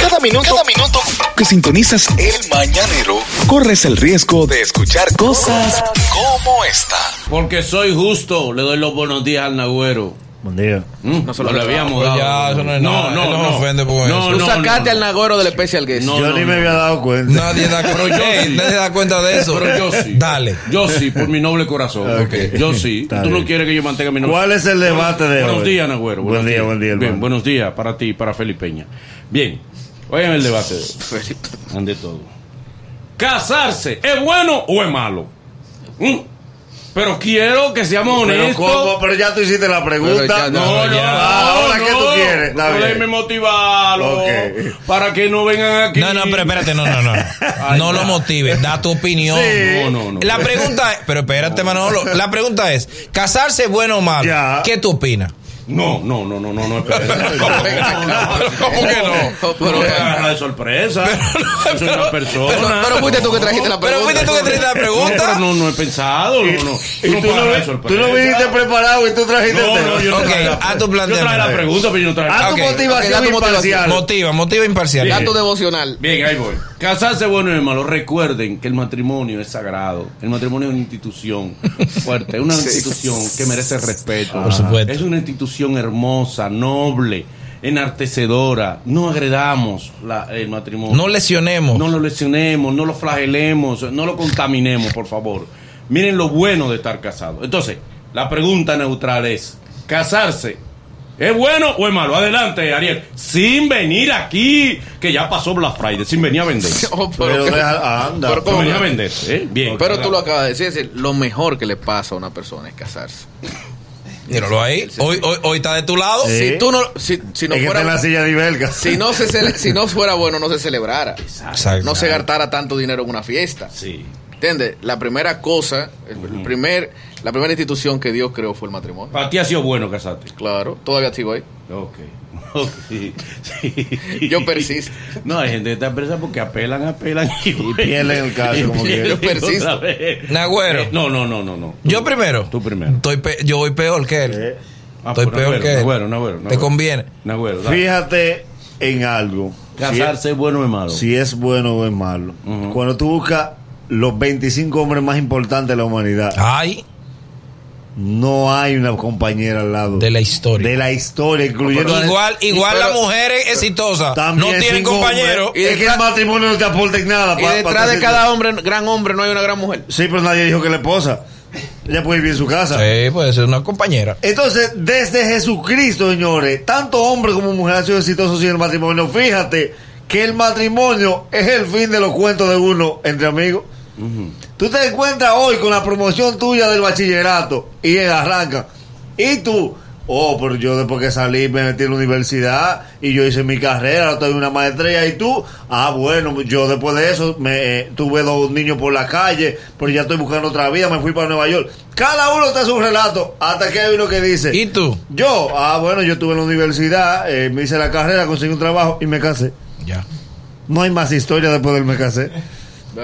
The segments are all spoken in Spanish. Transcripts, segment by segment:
Cada minuto, cada minuto que sintonizas el mañanero, corres el riesgo de escuchar cosas como esta. Porque soy justo, le doy los buenos días al Nagüero. Buen día. Mm, No se lo, habíamos dado. Pues Ya, eso no es nada. Él no se ofende por eso. Tú sacaste al Nagoro del especial guest. No, Yo no, ni no. me había dado cuenta. Nadie da, Pero yo Ey, sí. nadie da cuenta de eso. Pero yo sí. Dale. Yo sí, por mi noble corazón. Ok. Yo sí. Está Tú no bien. quieres que yo mantenga mi noble ¿Cuál es el debate de Buenos hoy? días, Nagüero. Buen buenos día, días. buen día, hermano. Bien, buenos días para ti y para Felipe Peña. Bien, oigan el debate. de- Ande todo. ¿Casarse es bueno o es malo? Mm. Pero quiero que seamos Pero, honestos. ¿cómo? Pero ya tú hiciste la pregunta. Pero ya no, No, no, Ah, Ahora, no, ¿qué tú no. quieres? Está No, bien. déjeme motivarlo. Ok. Para que no vengan aquí. No, no, pero espérate, no, no, no. no lo motives, da tu opinión. Sí. No, no, no. La pregunta es, pero espérate, Manolo, la pregunta es, ¿casarse es bueno o malo? Ya. ¿Qué tú opinas? No, no, no, no, no, no, espérate. ¿Cómo que ¿Cómo que no? no? Pero me agarra de sorpresa. Yo Soy una Pero, persona. pero fuiste tú que trajiste la Pero pregunta. fuiste tú que trajiste la No, pero pregunta. no, no he pensado, no, no. Y No tú, puedo no, agarrar vi- de tú no sorpresa. viniste preparado y tú trajiste el No, tema. no, yo no Ok, traje la- haz tu Yo traje la planteamiento. pregunta, pero yo no traje Haz tu Ok. motivación Ok, da tu imparcial. Motiva, motiva imparcial. Sí. Dato devocional. Bien, ahí voy. Casarse bueno y es malo. Recuerden que el matrimonio es sagrado. El matrimonio es una institución fuerte. Es una institución que merece respeto. Por supuesto. Es una institución hermosa, noble, enartecedora. No agredamos la- el matrimonio. No lesionemos. No lo lesionemos, no lo flagelemos, no lo contaminemos, por favor. Miren lo bueno de estar casado. Entonces, la pregunta neutral es, ¿casarse es bueno o es malo? Adelante, Ariel. Sin venir aquí, que ya pasó Black Friday, sin venir a vender. Oh, Pero pero, deja, anda. Pero Sin ¿cómo? venir a vender, ¿eh? Bien. pero tú lo acabas de decir. es decir, lo mejor que le pasa a una persona es casarse. Míralo ahí. Hoy, hoy, hoy está de tu lado. Sí. Si tú no, si, si no es que está en la fuera, silla de Ibelga. si no se cele- si no fuera bueno, no se celebrara. Exacto. No se gastara tanto dinero en una fiesta. Sí. ¿Entiendes? La primera cosa, el, el primer, la primera institución que Dios creó fue el matrimonio. Para ti ha sido bueno casarte. Claro, todavía sigo ahí. Ok. Ok. Sí. Yo persisto. No, hay gente que está presa porque apelan, apelan y, pierden el caso, como pierden que- Yo persisto. otra vez. Nagüero. Eh, no, no, no, no, no. Tú- Yo primero. Tú primero. Estoy pe- yo voy peor que él. Ah, Estoy pues, peor Nagüero, que él. Nagüero, Nagüero, Te Nagüero. conviene. Nagüero, dale. Fíjate en algo. Si es- Casarse es bueno o es malo. si es bueno o es malo. Ujú. Cuando tú buscas los 25 hombres más importantes de la humanidad, Ay, no hay una compañera al lado. de la historia. De la historia, incluyendo... Igual, igual pero- las mujeres exitosas no También tienen cinco compañero. hombres. Es que el matrimonio no te aporta en nada. Y pa- pa- detrás de cada hombre, gran hombre, no hay una gran mujer. Sí, pero nadie dijo que la esposa. Ella puede vivir en su casa. Sí, puede ser una compañera. Entonces, desde Jesucristo, señores, tanto hombre como mujer han sido exitosos sin el matrimonio. Fíjate que el matrimonio es el fin de los cuentos de uno entre amigos. Tú te encuentras hoy con la promoción tuya del bachillerato y él arranca. Y tú, oh, pero yo después que salí me metí en la universidad y yo hice mi carrera, ahora estoy en una maestría. Y tú, ah, bueno, yo después de eso me eh, tuve dos niños por la calle, pero ya estoy buscando otra vida, me fui para Nueva York. Cada uno te hace un relato hasta que hay uno que dice, ¿Y tú? yo, ah, bueno, yo estuve en la universidad, eh, me hice la carrera, conseguí un trabajo y me casé. Ya. No hay más historia después del me casé.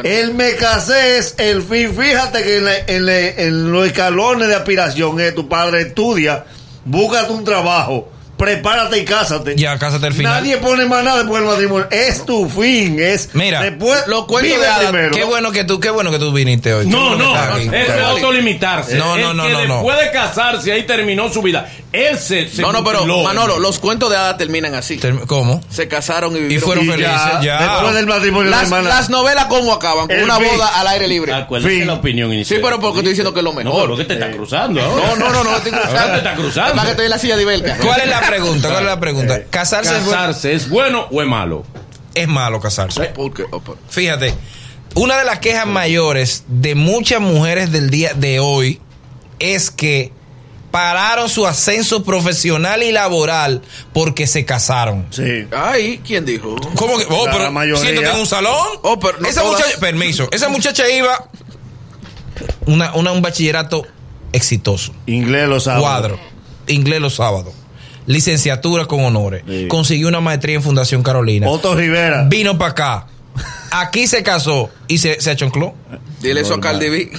El me casé es el fin. Fíjate que en, la- en la- en los escalones de aspiración eh, tu padre estudia, búscate un trabajo, prepárate y cásate. Ya, cásate al final. Nadie pone más nada después del matrimonio. Es tu fin. Es Mira, después, lo cuento vive de hadas, primero. Qué bueno que tú, qué bueno que tú viniste hoy. Qué No, bueno que no, Eh. estás aquí. es Está bien. autolimitarse. No, El no, no, que no, no. Después de casarse, ahí terminó su vida. Él se. se No, no, pero mutiló. Manolo, los cuentos de hadas terminan así. Term- ¿Cómo? Se casaron y Y vivieron. fueron Y felices. ya, Ya. Después del matrimonio, las, la hermana. las novelas cómo acaban, con El una fin. boda al aire libre. Acuérdate Fin. Ah, la opinión Sí, inicial. pero porque estoy diciendo que es lo No, pero mejor. que te está cruzando ahora. No, no, no, no, estoy cruzando. Ahora te está cruzando. Es más que estoy en la silla de Belga. ¿Cuál es la pregunta? ¿Cuál es la Eh, pregunta? ¿Casarse es, bueno- ¿Casarse es bueno o es malo? es malo Eh. casarse? Porque, oh, por- Fíjate, una de las quejas mayores de muchas mujeres del día de hoy es que pararon su ascenso profesional y laboral porque se casaron. Sí. Ay, ¿quién dijo? ¿Cómo que? Oh, La pero mayoría. siéntate en un salón. Oh, pero no esa todas. muchacha, permiso, esa muchacha iba una, una- un bachillerato exitoso, Inglés lo sabe. cuadro, inglés los sábados, licenciatura con honores, Sí. consiguió una maestría en Fundación Carolina, Otto Rivera. vino para acá, aquí se casó y se, se achoncló. Dile eso a Cardi B.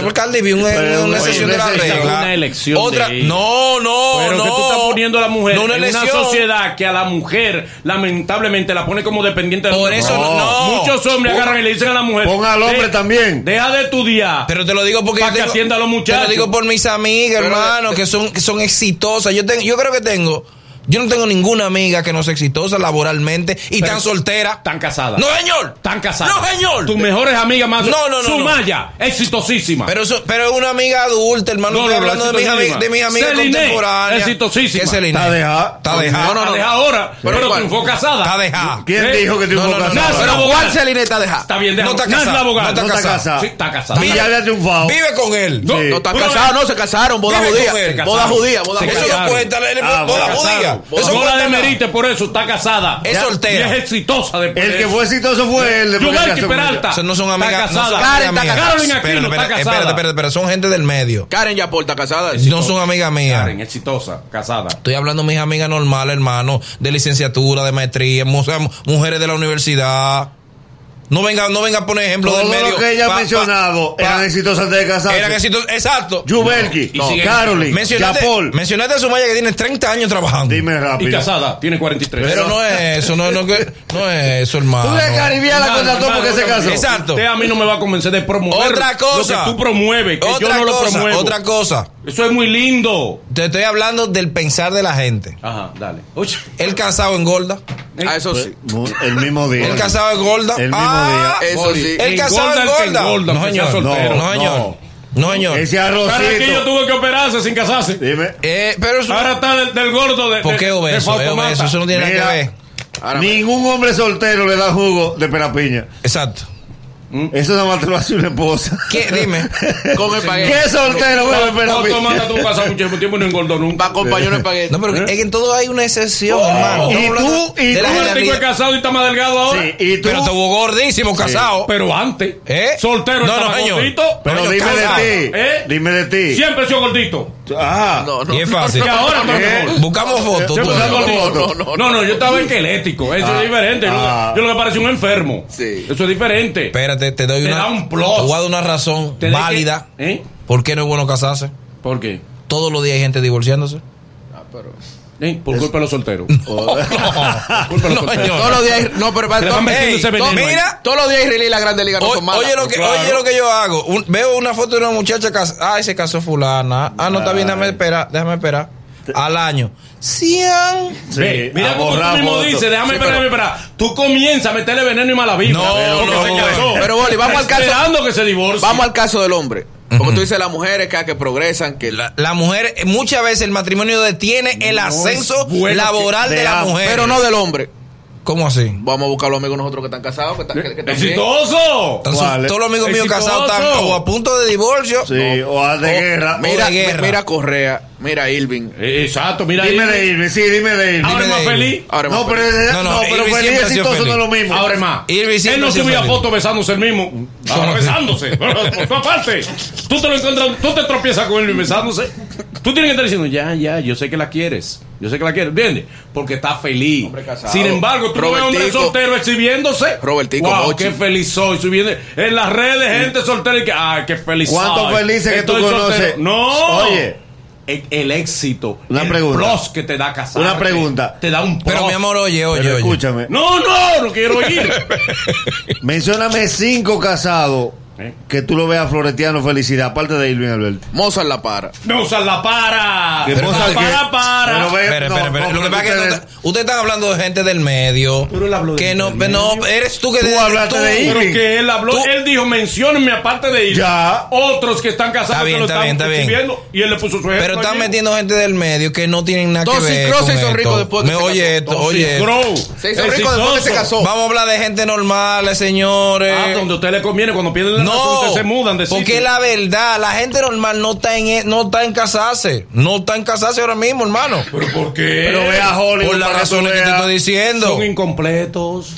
El Cardi B un- Pero una, una excepción de la elección, regla. una elección Otra. de ella. no, no, Pero no. que tú estás poniendo a la mujer No, una en una elección. sociedad que a la mujer lamentablemente la pone como dependiente de la Por mujer. eso no. Muchos hombres Pon- agarran y le dicen a la mujer. pon al hombre "De- también". Deja de estudiar. Pero te lo digo porque Pa' yo que tengo- atienda a los muchachos. Te lo digo por mis amigas, Pero- hermano, que son que son exitosas. Yo tengo yo creo que tengo yo no tengo ninguna amiga que no sea exitosa laboralmente y Pero- tan soltera. Están casadas. No, señor. Están casadas. No, señor. Tus mejores amigas más. No, no, no, no. Sumaya, exitosísima. Pero eso- pero es una amiga adulta, No, hermano. Estoy no, no, hablando de mis, ami- exitosísima. de mis amigas Celine, contemporáneas. exitosísima. ¿Qué Celine? Está dejada. Está dejada. No, no, no. Deja ahora. Pero Pero, ¿cuál? triunfó casada. Está dejada. ¿Quién ¿Eh? dijo que triunfó No, no, no, casado? no, Nancy, Pero abogada. ¿cuál Celine está dejada? Está bien, deja- No está Nancy, casada. abogada. No No está está casada. casada. Sí, está casada. Y ya había triunfado. Vive con él. No, Sí. No, están Una vez- casados, no, se casaron, boda Dime judía. cómo eres. Se Boda casaron. judía, boda Se judía. Eso casaron. no cuenta, él es Ah, boda bueno, judía. claro. Eso no la cuenta nada. demerite por eso, está casada. Es soltera. Y es exitosa después. El de que eso. fue exitoso fue él. después que Yuvalki casó con ella. Peralta. O sea, no son Está amigas. no son casada. amigas Karen está mías. casada. Carolyn Espérate, Aquino está espérate, casada. espérate, espérate, pero son gente del medio. Karen Yaporta casada. No son amigas mías. Karen, exitosa, casada. Estoy hablando de mis amigas normales, hermano, de licenciatura, de maestría, mu- o sea, mu- mujeres de la universidad. No venga, no venga a poner ejemplo del Todo medio. lo que ella Pa- ha pa- mencionado pa- eran exitosos antes de casarse. eran exitosos. Exacto. Jubelki, No, y sigue- Carolyn, Mencionaste, Yapol. mencionaste a Sumaya que tiene 30 años trabajando. Dime Y rápido. casada, tiene 43. Pero no es eso, no, no, que- no es eso, hermano. Tú de Caribbean la Hermano, contrató hermano, porque se hermano, casó. Ah, Exacto. Usted a mí no me va a convencer de promover Otra cosa. lo que tú promueves, que yo otra no cosa, lo promuevo. Otra cosa. Eso es muy lindo. Te estoy hablando del pensar de la gente. Ajá, dale. Oye, El casado engorda. Ah, eso sí. Mu- El mismo día. El casado engorda. El mismo Ah, día. Eso sí. El casado Engorda el que engorda. engorda, No, que sea señor. soltero. No, señor. No, señor. Ese Pero es que yo arrocito. tuve que operarse sin casarse. Dime. Eh, pero eso, Ahora está del, del gordo de. ¿Por qué de- de obeso? Fausto Es obeso, Mata. Eso no tiene Mira. nada que ver. Ahora, Ningún hombre soltero le da jugo de perapiña. Exacto. Eso nada más te lo hace una esposa. ¿Qué? Dime. Con espagueti. ¿Qué soltero bebe Fausto Mata perapiña? tuvo casado mucho tiempo y no engordó nunca. Va con pañuelo espagueti. No, pero es que en todo hay una excepción, Oh, hermano. y Estamos tú, hablando y de la tú, Un artículo es generalidad. casado y está más delgado ahora. Sí, y tú. Pero estuvo gordísimo, casado. Pero antes, ¿Eh? soltero No, no, estaba señor. gordito. Pero Coño, dime de casado, ti. ¿eh? Dime de ti. Ah, Siempre he sido gordito. Ajá. No, no. Y es fácil. Y ahora no, ¿Eh? no, no. Buscamos fotos. Yo tú he ves. pasado no, gordito. no, no, no, no. yo estaba esquelético. Eso es diferente. Yo- ah. yo lo que parecía un enfermo. Sí. Eso es diferente. Espérate, te doy Te una. da un plus. Te voy a dar una razón Te dije- válida. ¿Eh? ¿Por qué no es bueno casarse? ¿Por qué? Todos los días hay gente divorciándose. Ah, pero- ¿Eh? Por culpa de los solteros. Oh, No, Culpa de los solteros. señor. Todos los días. hay- No, Le pero van metiendo ese veneno ahí. mira. Todos los días hay relé en la Grande Liga. No O- son malas. oye, lo pues, que, claro. oye lo que yo hago. Un- veo una foto de una muchacha cas- Ay, se casó fulana. Ah, no está bien, déjame esperar. Déjame esperar. Al año. Cian. Sí, ah, Ve, a mira cómo tú borrar mismo fotos. dices, déjame Ah, Sí, esperar, pero- déjame esperar. Tú comienzas a meterle veneno y mala vibra. No, Pero no, que se no. casó. Pero, Boli, vamos al caso. Esperando que se divorcie. Vamos al caso del hombre. Porque tú dices las mujeres que, que progresan, que la, La mujer, eh, muchas veces el matrimonio detiene el ascenso bueno que- laboral de, de la ambos. mujer. pero no del hombre. ¿Cómo así? Vamos a buscar a los amigos nosotros que están casados, que, están- que- que están bien. ¿Eh? ¡Exitoso! Entonces, ¿Cuál es? todos los amigos míos Exitoso. casados están o a punto de divorcio. Sí, o haz de Oh, guerra. Mira, o de guerra. mira Correa, mira Irving. Eh, Exacto, mira. Dime ahí. de irme, sí, dime de irme. Ahora es Dime más de ahí. feliz. Ahora No, vamos a pero, ver. No, no, no, pero Irving feliz y siempre ha sido exitoso no feliz. es lo mismo. Ahora es más. Irving siempre Él no ha sido subía feliz. fotos besándose el mismo. Ahora besándose. Por tu parte. Tú te lo encuentras, tú te tropiezas con él besándose. Tú tienes que estar diciendo, ya, ya, yo sé que la quieres. Yo sé que la quieres, ¿entiendes? Porque está feliz. Hombre casado. Sin embargo, tú no ves a hombre Robertico. soltero exhibiéndose. Robertico wow, Mochi. qué feliz soy. Subiendo en las redes, gente soltera y que, ah, qué feliz ¿Cuántos soy. felices que tú Estoy soltero". conoces? No. Oye. El, el éxito. Una el pregunta. plus que te da casarte. Una pregunta. Te da un plus. Pero mi amor, oye, oye, Pero oye. escúchame. No, no, no quiero ir. Mencióname cinco casados ¿Eh? que tú lo veas floreteando felicidad, aparte de Irving Alberto. Mozart la para. No usan la para. Que La vos al que- para, para. Pero ve- Espera, no, espera, espera. no, Lo que pasa es que ustedes- no está- ustedes están hablando de gente del medio. Pero él habló de que gente no, del no, eres tú que Tú hablaste de Pero Irving. que él habló, Tú- él dijo, menciónenme aparte de ir. Ya. Otros que están casados Está bien, que lo está están bien, está bien. exhibiendo, Y él le puso su ejemplo. Pero están allí. metiendo gente del medio que no tienen nada Dos que ver. cicloses con son esto. ricos después que Me- se Oye, casó. esto, Oh, sí, oye. Grow. Se hizo rico después que se Exitoso. casó. Eh. Vamos a hablar de gente normal, eh, señores. Ah, donde a usted le conviene, cuando pierden la razón, No, ustedes se mudan de porque sitio. la verdad, la gente normal no está en e- no está en casarse, no está en casarse ahora mismo, hermano. Pero ¿por qué? Pero ve a Hollywood. Por las para tú razones que te veas. estoy diciendo. Son incompletos.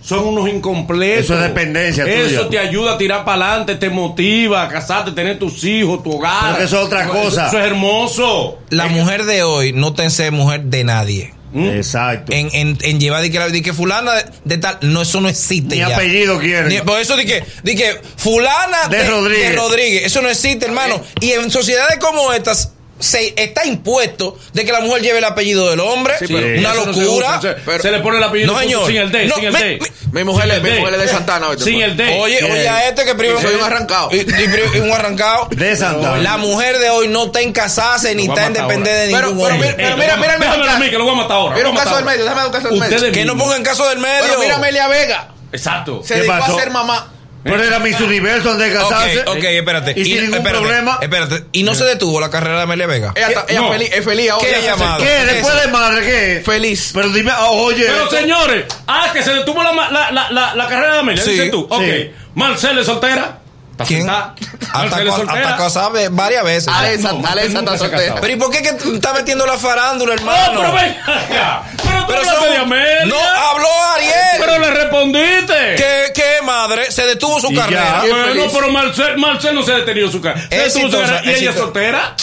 Son unos incompletos. Eso es dependencia Eso tuya. te ayuda a tirar para adelante, te motiva a casarte, tener tus hijos, tu hogar. Pero que eso es otra cosa. Eso es hermoso. La mujer de hoy no está en ser mujer de nadie. ¿Mm? Exacto. En, en, en llevar de que, la- de que fulana de, de tal, no, eso no existe. Ni ya. apellido quieren. Ni- por eso de que, de que fulana De Rodríguez. Rodríguez. eso no existe, hermano. Y en sociedades como estas se está impuesto de que la mujer lleve el apellido del hombre. Sí, pero- una Eso no se locura. usa, se- Pero- se le pone el apellido No, puto señor. sin el D, No, sin el me- D. Mi mujer, Sin le- el D. mi mujer es de Santana. oíste, Sin el pues. Eh, D. Oye, Bien. oye a este que primero. Y soy un arrancado. Y, y pri- un arrancado. De Santana. La mujer de hoy no está en casarse ni Lo está en vamos a matar depender de ahora. ningún Pero- pero hombre. mira- mira- mira el déjame a mí mercado. que lo voy a matar ahora. Mira lo un voy a caso del matar medio, déjame un caso del ahora. medio. Ustedes que no mismos. pongan caso del medio. Pero mira a Amelia Vega. Exacto. Se dedicó pasó? a ser mamá. Pero era Miss Universo antes de ¿eh? casarse. Ok, ok, espérate. Y, sin ningún espérate, problema. Espérate. Y no se detuvo la carrera de Amelia Vega. Ella, está- ella No. feliz, es feliz ahora. ¿Qué Ella se- llamado? ¿Qué? Después Eso. de madre, ¿qué? Feliz. Pero dime, ah, oye. Pero señores, ah, que se detuvo la, ma- la, la, la, la carrera de Amelia, Sí, dices tú. Ok. sí. Marcela es soltera. Está ¿Quién? sentada. Marcela es Atacó, soltera. atacó a Sabe varias veces. Ale- Alexa- Marcela Alexa nunca está se ha casado. soltera. Pero ¿y por qué que tú estás metiendo la farándula, ¡Oh, hermano? pero ven acá! ¡Pero tú Pero hablaste son- de Amelia! No, habló Ariel. ¡Pero le respondiste! ¿Qué, qué madre? Se detuvo su Y ya. carrera. Qué Ah, Bueno, feliz. pero Marcel, Marcel no se ha detenido su cara. Se detuvo su Exitosa, carrera. ¿Y ella es exitosa. soltera?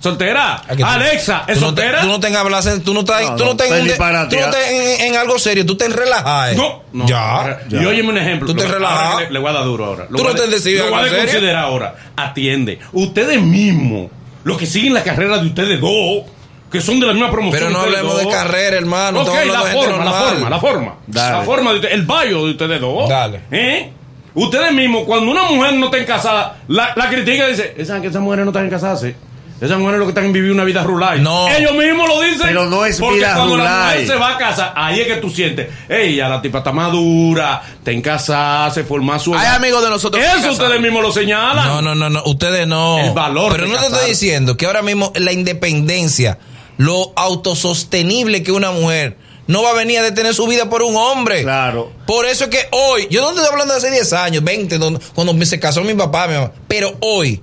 ¿Soltera? Aquí tú- Alexa, ¿es tú no te- soltera? tú no tengas hablas en- tú no estás, No, tú no no, estás en, un de- disparate, tú no estás en, en algo serio, tú te relajas. No, no. Ya. Y óyeme un ejemplo. Tú te Lo- ahora relajas. que Le, le voy a dar duro ahora. Lo Tú voy no a- te decides Lo voy a algo serio. considerar ahora. Atiende. Ustedes mismos, los que siguen la carrera de ustedes dos, que son de la misma promoción. Pero no ustedes hablemos de carrera, hermano, Ok, estamos la hablando de gente forma, la normal. forma, la forma. Dale. La forma, de, ustedes- el baño de ustedes dos. Dale. ¿Eh? Ustedes mismos, cuando una mujer no está casada, la, la critica y dice, ¿saben que esas mujeres no están en casarse? Esas mujeres lo que están en vivir una vida rural. No. Ellos mismos lo dicen. Pero no es Porque vida cuando la rural. mujer se va a casa, ahí es que tú sientes, ey, ya la tipa está madura, está en casa, se forma su Hay hogar". amigos de nosotros. que Eso están ustedes casados. mismos lo señalan. No, no, no, no, ustedes no. El valor Pero de no te estoy casar. diciendo que ahora mismo la independencia, lo autosostenible que una mujer no va a venir a detener su vida por un hombre. Claro. Por eso es que hoy, yo no te estoy hablando de hace 10 años, 20, donde- cuando se casó mi papá, mi mamá, pero hoy,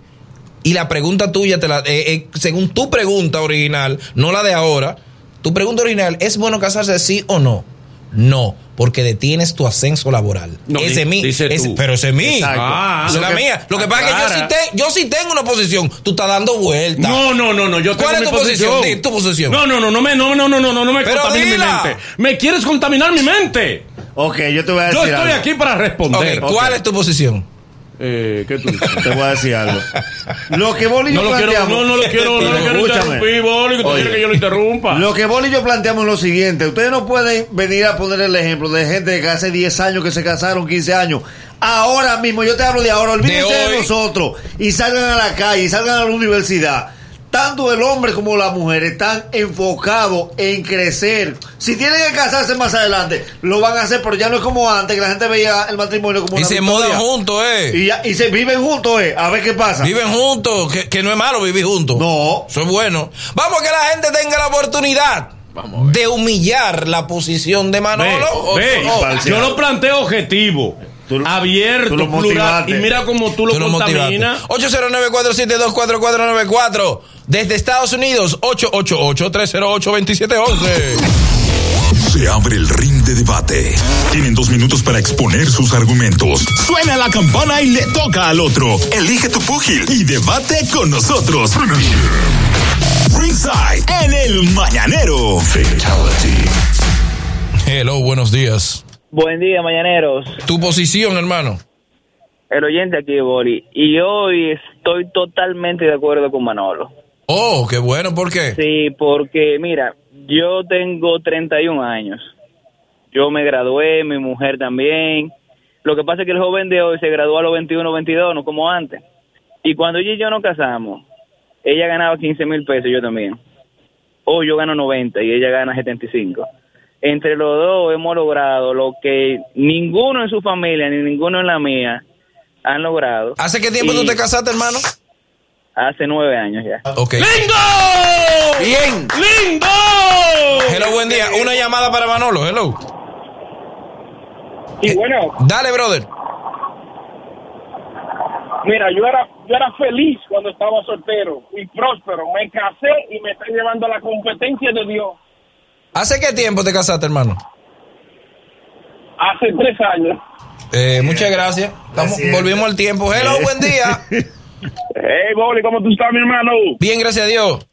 y la pregunta tuya, te la, eh, eh, según tu pregunta original, no la de ahora, tu pregunta original, ¿es bueno casarse sí o no? No, porque detienes tu ascenso laboral. No, ese di- es mi, dice ese- tú. pero ese es mí. Exacto. Ah, Esa es lo la que- mía. Lo que pasa es que yo sí, aclara. te- yo sí tengo una posición. Tú estás dando vueltas. No, no, no, no, yo tengo ¿Cuál es mi tu posición? Di tu posición. No, no, no, no me, no, no, no, no, no, no me Pero contamines mi dila. mente. Me quieres contaminar mi mente. Ok, yo te voy a decir Yo estoy algo. aquí para Ok, responder. ¿Cuál es tu posición? Eh, ¿Qué tú dices? Te voy a decir algo. Lo que Boli y No yo lo quiero, planteamos. no, no lo quiero, no lo quiero Escúchame. interrumpir, Boli, que tú Oye. quieres que yo lo interrumpa. Lo que Boli y yo planteamos es lo siguiente. Ustedes no pueden venir a poner el ejemplo de gente que hace 10 años que se casaron, 15 años. Ahora mismo, yo te hablo de ahora, olvídense de, hoy. nosotros y salgan a la calle, y salgan a la universidad. Tanto el hombre como la mujer están enfocados en crecer. Si tienen que casarse más adelante, lo van a hacer, pero ya no es como antes, que la gente veía el matrimonio como Y una se victoria. mudan juntos, eh. Y, ya- y se viven juntos, eh. A ver qué pasa. Viven juntos, que, que no es malo vivir juntos. No. Eso es bueno. Vamos a que la gente tenga la oportunidad Vamos a ver. de humillar la posición de Ve, oh, Manolo. O- ve, o- yo lo planteo objetivo, Tú lo- abierto, tú lo plural. motivaste. Y mira cómo tú lo Tú lo contaminas. 809-472-4494. Desde Estados Unidos, 888-308-2711. Se abre el ring de debate. Tienen dos minutos para exponer sus argumentos. Suena la campana y le toca al otro. Elige tu púgil y debate con nosotros. Ringside en el mañanero. Hello, buenos días. Buen día, mañaneros. Tu posición, hermano. El oyente aquí, Boli. Y yo hoy estoy totalmente de acuerdo con Manolo. Oh, qué bueno, ¿por qué? Sí, porque mira, yo tengo 31 años. Yo me gradué, mi mujer también. Lo que pasa es que el joven de hoy se graduó a los 21, 22, no como antes. Y cuando ella y yo nos casamos, ella ganaba 15 mil pesos, yo también. O yo gano 90 y ella gana 75. Entre los dos hemos logrado lo que ninguno en su familia ni ninguno en la mía han logrado. ¿Hace qué tiempo Y tú te casaste, hermano? Hace nueve años ya. Ok. ¡Lindo! Bien. ¡Lindo! Hello, buen día. Una llamada para Manolo. Hello. Eh, Y bueno, Dale, brother. mira, yo era, yo era feliz cuando estaba soltero y próspero. Me casé y me está llevando a la competencia de Dios ¿Hace qué tiempo te casaste, hermano? hace tres años. Eh, muchas gracias. Estamos, Así es. volvimos al tiempo. Hello, buen día. Hey, Boli, ¿cómo tú estás, mi hermano? Bien, gracias a Dios.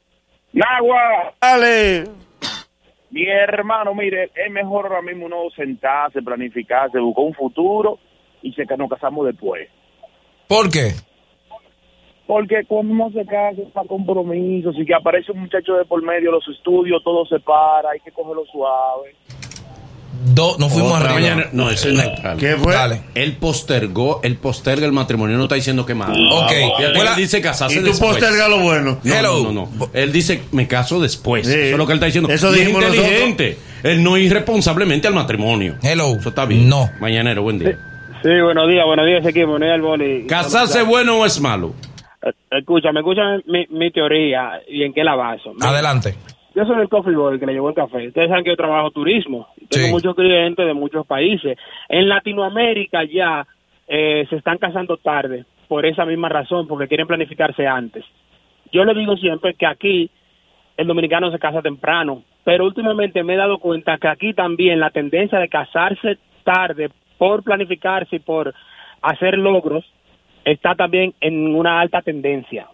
Nagua, Dale. Mi hermano, mire, es mejor ahora mismo uno sentarse, planificarse, buscar un futuro y se, nos casamos después. ¿Por qué? Porque cuando uno se casa es para compromisos y que aparece un muchacho de por medio, los estudios, todo se para, hay que cogerlo suave. Do- no fuimos Otra arriba. mañana- No, eso es neutral. ¿Qué fue? Dale. Él postergó, él posterga el matrimonio, no está diciendo que más. Ok. Hola. Él dice casarse Ah, Y tú después. posterga lo bueno. No, Hello. No, no, no. Él dice, me caso después. Sí. Eso es lo que él está diciendo. Eso Y es dijimos nosotros. inteligente. Él no ir responsablemente al matrimonio. Hello. Eso está bien. No. Mañanero, buen día. Sí, buenos días, buenos días, equipo. Buenos días, al boli. ¿Casarse bueno o es malo? Eh, Escúchame, escúchame mi, mi teoría y en qué la baso. Mira, Adelante. Yo soy el coffee boy que le llevó el café. Ustedes saben que yo trabajo turismo. Tengo Sí. muchos clientes de muchos países. En Latinoamérica ya eh, se están casando tarde por esa misma razón, porque quieren planificarse antes. Yo le digo siempre que aquí el dominicano se casa temprano, pero últimamente me he dado cuenta que aquí también la tendencia de casarse tarde por planificarse y Eh, por hacer logros está también en una alta tendencia.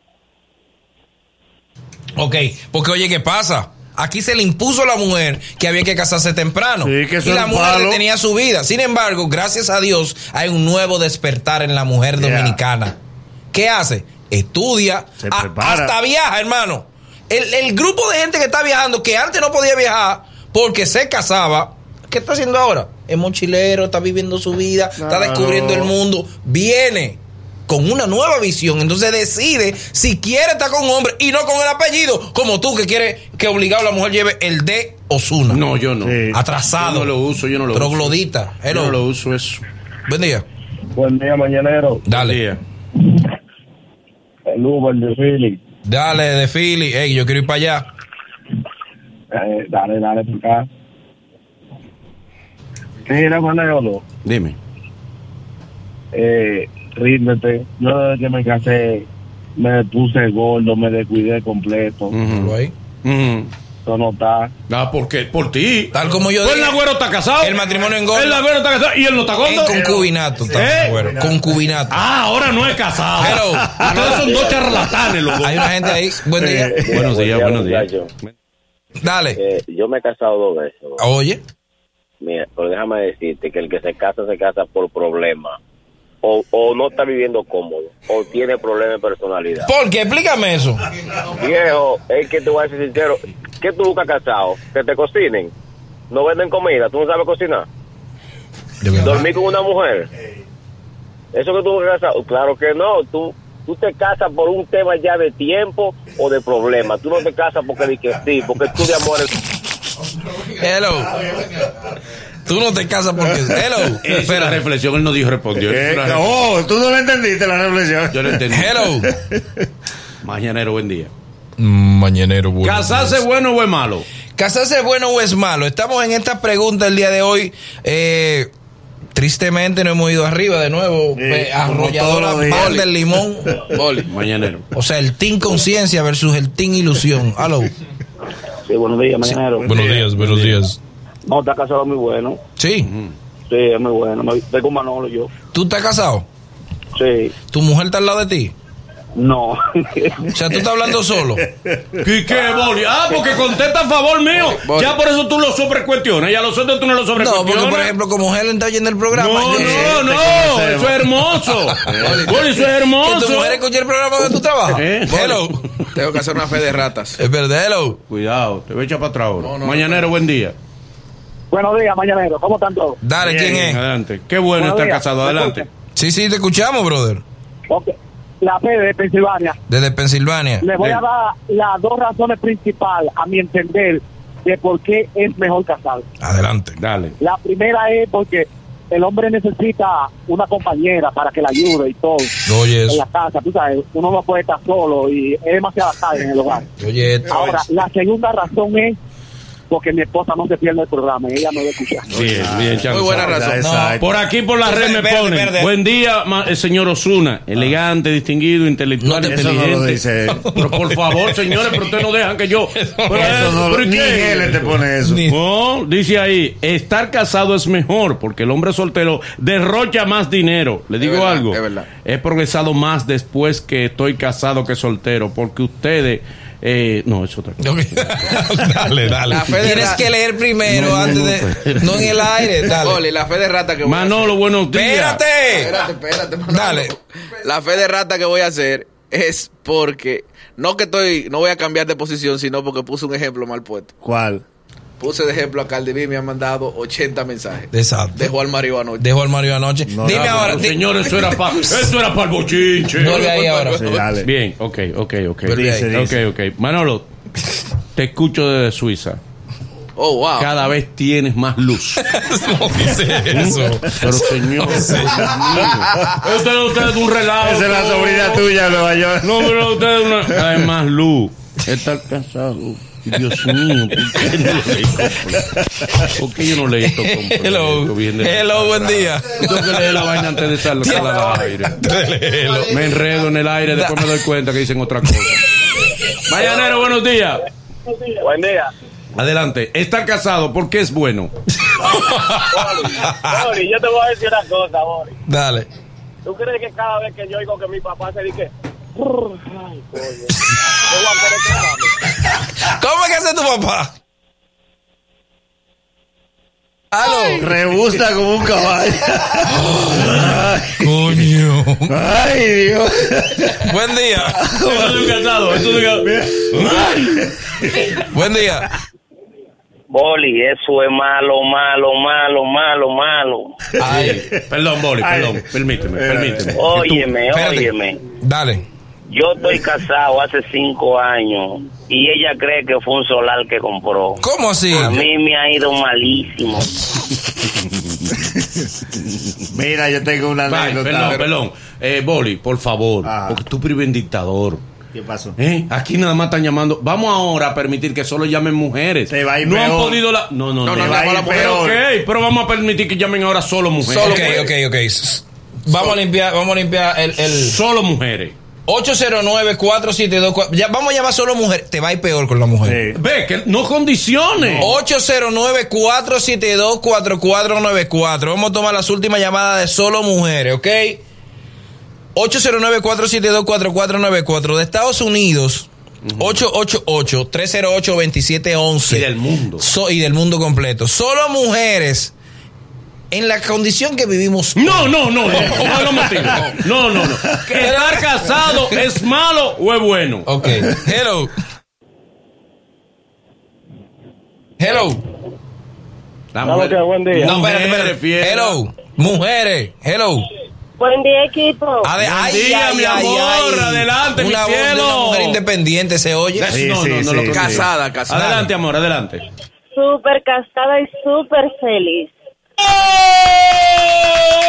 Ok, porque oye, ¿qué pasa? Aquí se le impuso a la mujer que había que casarse temprano. Sí, que eso y la es mujer malo. tenía su vida. Sin embargo, gracias a Dios, hay un nuevo despertar en la mujer Yeah. dominicana. ¿Qué hace? Estudia, Se a- prepara. hasta viaja, hermano. El, el grupo de gente que está viajando, que antes no podía viajar porque se casaba, ¿qué está haciendo ahora? Es mochilero, está viviendo su vida, está descubriendo el mundo, viene con una nueva visión, entonces decide si quiere estar con hombre y no con el apellido, como tú que quieres que obligado la mujer lleve el de Osuna. No, yo no. Sí. Atrasado. Yo no lo uso, yo no lo Troglodita. uso. Yo Hello. no lo uso eso. Buen día. Buen día, mañanero. Eh, Dale. Buen día. El Uber de Philly. Dale, de Philly. Ey, yo quiero ir para allá. eh, dale, dale por acá. Mira, Manolo, Dime. eh, ríndete. Yo desde que me casé me puse gordo, me descuidé completo. Mm. Ponlo ahí. Ujú. Eso no está. Ah, ¿por qué? Por ti. Tal como yo Pues el dije. agüero está casado. El matrimonio engorda. El agüero está casado y él no está En gordo. concubinato. está, ¿Eh? güero. Concubinato. Ah, ahora no es casado. Hello. Ustedes son dos charlatanes, loco. Hay una gente ahí. Buen día. Buenos días, buenos días. Dale. Eh, yo me he casado dos veces. ¿no? Oye. Mira, pero déjame decirte que el que se casa, se casa por problema. O, o no está viviendo cómodo, o tiene problemas de personalidad. ¿Por qué? Explícame eso. Viejo, es que te voy a decir sincero, ¿qué tú buscas casado? Que te cocinen. No venden comida, tú no sabes cocinar. Dormir con una mujer. Eso que tú buscas casado, claro que no. Tú, tú te casas por un tema ya de tiempo o de problema. Tú no te casas porque di que sí, porque tú de amor... Hello. Tú no te casas porque. Hello. Él hizo la Espera. reflexión, él no dijo respondió. Él hizo Eh, una reflexión. oh, tú no lo entendiste la reflexión. Yo lo entendí. Hello. Mañanero, buen día. Mañanero bueno. ¿Casarse bueno o es malo? ¿Casarse es bueno o es malo? Estamos en esta pregunta el día de hoy. Eh, tristemente no hemos ido arriba de nuevo. Eh, arrolladora como todos los pan días. del limón. Boli. Mañanero. O sea, el team conciencia versus el team ilusión. Aló. Sí, buenos días, mañanero. Buenos días, buenos días. No, está casado muy bueno. Sí. Sí, es muy bueno. Me- Estoy con Manolo yo. ¿Tú estás casado? Sí. ¿Tu mujer está al lado de ti? No. O sea, tú estás hablando solo. ¿Qué, qué, Boli? Ah, porque contesta a favor mío. Boli. Ya por eso tú lo sobrecuestionas. Y a los otros tú no lo No, sobrecuestionas. porque por ejemplo, como Helen está oyendo el programa. No, yo sé no, no. conocemos. Eso es hermoso. Boli, eso es Que tu hermoso. mujer escuche el programa donde tú trabajas. Eh. Hello. Tengo que hacer una fe de ratas. Es verdad, hello. Cuidado, te voy a echar para atrás ahora. No, no, Mañanero, buen día. Buenos días, mañanero. ¿Cómo están todos? Dale, ¿quién Bien, es? Adelante. Qué bueno Buenos estar días. casado. ¿Me Adelante. escuchan? Sí, sí, te escuchamos, brother. Ok. La P de Pensilvania. Desde Pensilvania. Les voy Venga. a dar las dos razones principales, a mi entender, de por qué es mejor casarse. Adelante. Dale. La primera es porque el hombre necesita una compañera para que la ayude y todo. Oye En eso. la casa, tú sabes, uno no puede estar solo y es demasiada tarde en el hogar. Oye esto. Ahora, la segunda razón es porque mi esposa no se pierde el programa, ella me va a escuchar. Bien, bien, Charles. Muy buena razón. Exacto. Por aquí, por la red me Verde, ponen. verde. Buen día, ma- eh, señor Osuna. Elegante, distinguido, intelectual, No te- Eso no inteligente. lo dice él. Pero por favor, señores, pero ustedes no dejan que yo. Pero, Eso no lo- ¿pero ni Eh, qué? él te pone eso. Ni- No, dice ahí, estar casado es mejor porque el hombre soltero derrocha más dinero. Le digo verdad, algo. es verdad. He progresado más después que estoy casado que soltero porque ustedes Eh, no, es otra cosa. Ok. dale, dale. La fe de Tienes ra- que leer primero No, no, antes no, de. espérate. No en el aire, dale. Ole, la fe de rata que voy Manolo, buenos Tía. días. a ¡Espérate! hacer. Espérate, espérate, Manolo. Dale. La fe de rata que voy a hacer es porque. No que estoy. No voy a cambiar de posición, sino porque puse un ejemplo mal puesto. ¿Cuál? Puse de ejemplo a Cardi B, me han mandado 80 mensajes. Exacto. Dejó al Mario anoche. Dejó al Mario anoche. No, Dime no, ahora. Pero, di- señor, eso era para eso era para el bochinche. Vuelve ahí ahora. Sí, dale. Bien, ok, ok, ok. Vuelve ahí. Dice, dice. Ok, ok. Manolo, te escucho desde Suiza. Oh, wow. Cada vez tienes más luz. No dice eso. Pero señor, Dios mío. Usted no usted es un relajo. Esa es la sobrina tuya en Nueva York. No, pero usted es una. Hay más luz. Está casado. Dios mío, ¿por qué no leí esto? ¿Por qué yo no leí esto? completo? Hello. Esto viene- Hello, buen día. Tengo que leer la vaina antes de sacarla al aire. Hello. Me enredo en el aire, después me doy cuenta que dicen otra cosa. Mañanero, buenos días. Buen día. Adelante. Estar casado, ¿por qué es bueno? Bori, yo te voy a decir una cosa, Bori. Dale. ¿Tú crees que cada vez que yo oigo que mi papá se dice... "Brr, Ay, coño. Yo voy a hacer este cambio. ¿Cómo es que hace tu papá? ¡Aló! Rebusta como un caballo. ¡Coño! Ay, Dios. Buen día. Esto es un casado, esto es un casado. Buen día. Boli, eso es malo, malo, malo, malo, malo. Ay, Perdón, Boli, Ay. perdón. Permíteme, Ay. permíteme. Óyeme, Espérate. óyeme. dale. Yo estoy casado hace cinco años y ella cree que fue un solar que compró. ¿Cómo así? A mí me ha ido malísimo. Mira, yo tengo una Bye, anécdota. perdón, perdón. Eh, Boli, por favor, Ah. porque tú prives en dictador. ¿Qué pasó? ¿Eh? Aquí nada más están llamando. Vamos ahora a permitir que solo llamen mujeres. Te va a ir no han peor. podido la. No, no, No, te no, va no, a ir la mujer- peor. Ok, pero vamos a permitir que llamen ahora solo mujeres. ok, ok, ok. S- Vamos a limpiar, vamos a limpiar el, el Solo mujeres. 809-472. Ya vamos a llamar solo mujer. Te va a ir peor con la Sí. mujer. Ve, que no condiciones. 809-472-4494. Vamos a tomar las últimas llamadas de solo mujeres, ¿ok? 809-472-4494. De Estados Unidos, 888-308-2711. Y del mundo. So- y del mundo completo. Solo mujeres, en la condición que vivimos. No, no, no, no, no, no, motivo. no, no, no. Que Estar casado es malo o es bueno. Ok. Hello. Hello. La Claro que, buen día. No, espérate, espérate. espérate. Fiel. Hello. Mujeres. Hello. Buen día, equipo. Ade- Buen día, mi amor. Adelante, mi Una voz de cielo. una mujer independiente se oye. That's- no, Sí, no, sí, no sí, lo sí. permito. Casada, casada. Adelante, amor, adelante. Súper casada y súper feliz.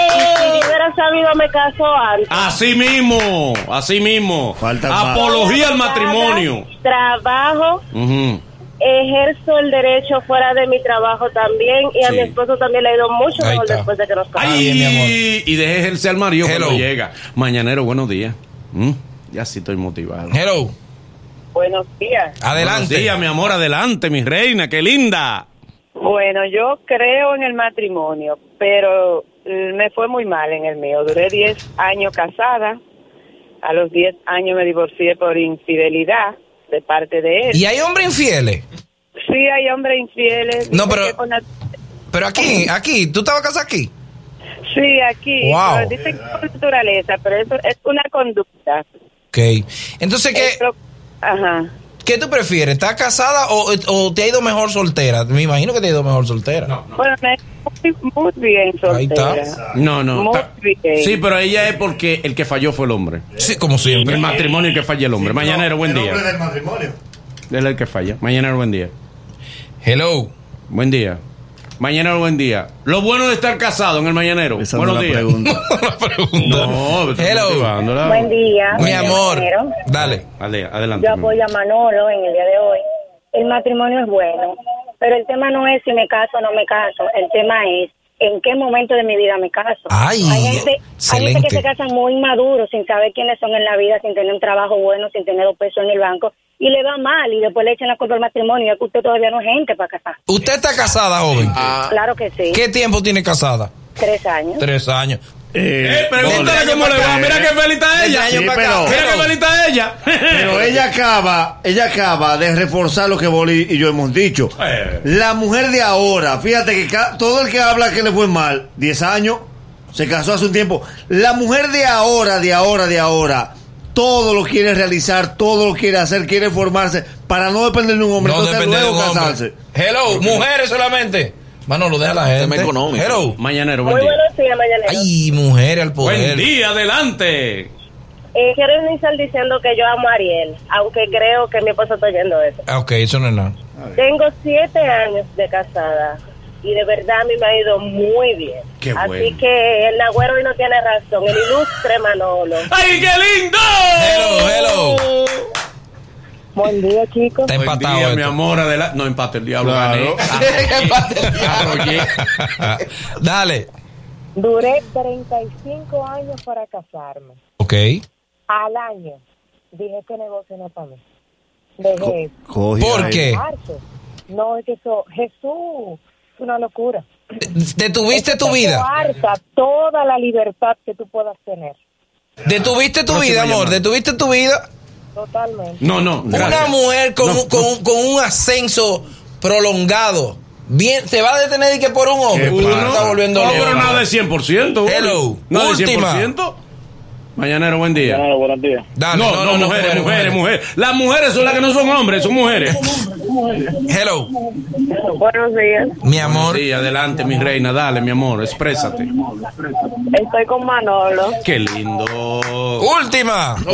Y si yo hubiera sabido, me caso antes. Así mismo, así mismo. Falta más. Apología al matrimonio. Trabajo, Ujú. ejerzo el derecho fuera de mi trabajo también. Y a Sí. mi esposo también le ha ido mucho Ahí mejor está. después de que nos casamos. Ay, bien, mi amor. y deje ejercer al marido Hello. cuando llega. Mañanero, buenos días. Mm, Ya sí estoy motivado. Hello. Buenos días. Buenos Adelante. días, mi amor, adelante, mi reina, qué linda. Bueno, yo creo en el matrimonio, pero eh, me fue muy mal en el mío. Duré 10 años casada. A los 10 años me divorcié por infidelidad de parte de él. Y hay hombres infieles. Sí, hay hombres infieles. No, Dice pero- que con la- Pero aquí, aquí, tú estabas casada aquí. Sí, aquí. Wow. pero Dicen que es por naturaleza, pero eso es una conducta. Ok. Entonces, ¿qué, Es lo- Ajá. ¿qué tú prefieres? ¿Estás casada o, o te ha ido mejor soltera? Me imagino que te ha ido mejor soltera. Bueno, me muy, muy bien Ahí está. soltera. No, no. Muy ta- bien. Sí, pero ella es porque el que falló fue el hombre. Sí, como El siempre. matrimonio que falla el hombre. Mañanero, buen El día. hombre del matrimonio. Él es el que falla. Mañanero, buen día. Hello. Buen día. Mañanero, buen día. Lo bueno de estar casado en el mañanero. Esa no buenos es la días. pregunta. Una pregunta. No, estoy Hello. motivándola. Buen día. Mi amor. compañero. Dale. Ale- adelante. Yo apoyo a Manolo en el día de hoy. El matrimonio es bueno, pero el tema no es si me caso o no me caso. El tema es en qué momento de mi vida me caso. Ay, hay, gente, hay gente excelente. que se casan muy maduros, sin saber quiénes son en la vida, sin tener un trabajo bueno, sin tener dos pesos en el banco, y le va mal y después le echan la culpa al matrimonio. Es que usted todavía no es gente para casar. Usted está casada, joven. Ah, Claro que sí. ¿Qué tiempo tiene casada? Tres años. Tres años. Eh, Pregúntale cómo le va. Mira qué feliz está ella. Sí, pero- Mira qué feliz está ella. Pero ella acaba, ella acaba de reforzar lo que Boli y yo hemos dicho. Eh. La mujer de ahora, fíjate que ca- todo el que habla que le fue mal, 10 años, se casó hace un tiempo. La mujer de ahora, de ahora, de ahora, todo lo quiere realizar, todo lo quiere hacer, quiere formarse para no depender de un hombre. No Entonces, depende de luego un hombre. casarse. Hello, mujeres solamente. Manolo, deja a la gente. Tema económico. Hello. Mañanero, Muy buen día. buenos días, Mañanero. Ay, mujeres al Buen poder. día, adelante. Eh, quiero iniciar diciendo que yo amo a Ariel, aunque creo que mi esposo está oyendo eso. Ah, ok, eso no es nada. Tengo siete años de casada y de verdad a mí me ha ido muy bien. Qué Así bueno. que el Nagüero hoy no tiene razón, el ilustre Manolo. ¡Ay, qué lindo! Hello, hello. Buen día, chicos. Está Buen empatado. día, esto. mi amor, adelante. No, empate el diablo. Ah, Claro. Gané. Arrollé. Dale. Duré 35 años para casarme. Ok. Al año dije que negocio no es para mí. Dejé eso. ¿Por qué? Marzo. No, es que eso, Jesús, es una locura. Detuviste tu Eso te vida. coarta toda la libertad que tú puedas tener. Detuviste tu vida, amor. Detuviste tu vida. Totalmente. No, no. Una gracias. mujer con, un- con, un- con un ascenso prolongado. Bien, se va a detener y que por un hombre. Uno Uno. está volviendo No, loco. pero nada de 100%. Hello. Nada Última. de 100%. Mañanero, buen día. Claro, buenos días. Dale, no, no, mujeres, mujeres, mujeres, Las mujeres son las que no son hombres, son mujeres. Hello. Buenos días. Mi amor. Sí, adelante, mi reina, dale, mi amor, exprésate. Estoy con Manolo. Qué lindo. Última. No,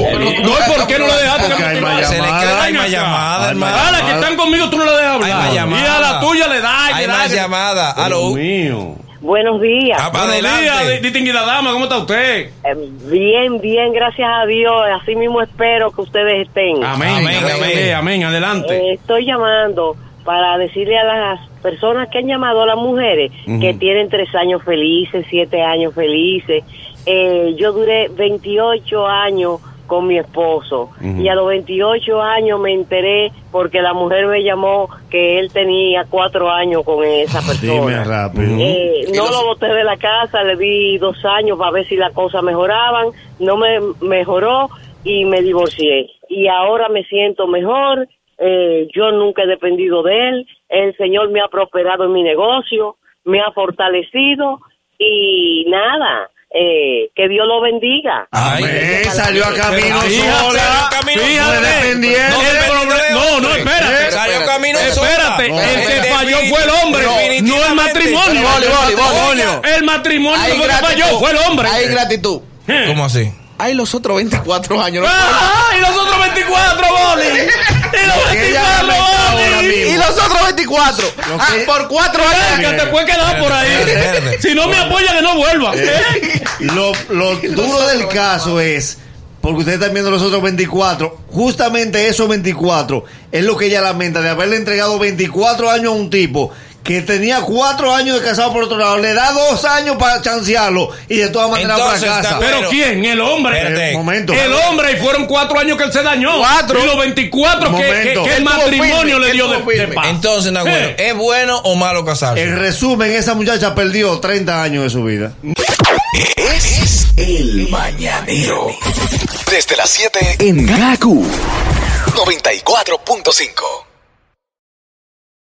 ¿por qué no la dejaste Porque hay más Se le llamada. queda hay Venga más acá. llamada, Hay más hermano. A las que están conmigo tú no la dejas Hay hablar. más Y a la llamada. tuya le da. Hay más llamada. Aló. Dios mío. Buenos días. Ah, Buenos días, di- Adelante. distinguida dama, ¿cómo está usted? Eh, Bien, bien, gracias a Dios. Así mismo espero que ustedes estén. Amén, amén, Amén, amén, amén. amén, Eh, adelante. estoy llamando para decirle a las personas que han llamado a las mujeres que tienen tres años felices, siete años felices. Eh, yo duré 28 años con mi esposo y a los 28 años me enteré porque la mujer me llamó que él tenía cuatro años con esa Dime persona. rápido. Eh, Y no los- lo boté de la casa, le di dos años para ver si las cosas mejoraban, no me mejoró y me divorcié. Y ahora me siento mejor, eh, yo nunca he dependido de él, el Señor me ha prosperado en mi negocio, me ha fortalecido y nada, eh, que Dios lo bendiga. Ay. Eh, salió a camino Fíjate, sola. camino No fíjate. dependiente. No, depende pero- de no, no, hombre. espérate. Salió camino Espérate, sola. el que No. falló fue el hombre, Definitivamente. no el matrimonio. Boli, boli, boli. El matrimonio Hay fue que falló, gratitud. fue el hombre. Hay gratitud. Eh. ¿Cómo así? Hay los otros 24 años. ¿no? ¡Ah! ¡Y los otros 24, Boli! ¡Y los que ella 24, lamenta ahora Boli! mismo. Y los otros 24. Lo Ah, que- por 4 años. Que te puede quedar por ahí. Espérate. Si no me apoya, que no vuelva. ¿Eh? Lo, lo duro del caso es, porque ustedes están viendo los otros 24, justamente esos 24 es lo que ella lamenta de haberle entregado 24 años a un tipo que tenía 4 años de casado por otro lado, le da 2 años para chancearlo y de todas maneras para Entonces, casa. está ¿Pero Pero- quién? El Espérate. hombre. Eh, momento. El hombre, y fueron cuatro años que él se dañó. Cuatro. Y los 24 que, que- Momento. que el Él tuvo matrimonio firme, le él dio de, tuvo firme. de paz. Entonces, Nagüero, Eh. ¿es bueno o malo casarse? En resumen, esa muchacha perdió 30 años de su vida. Es el mañanero. Desde las 7 en GACU 94.5.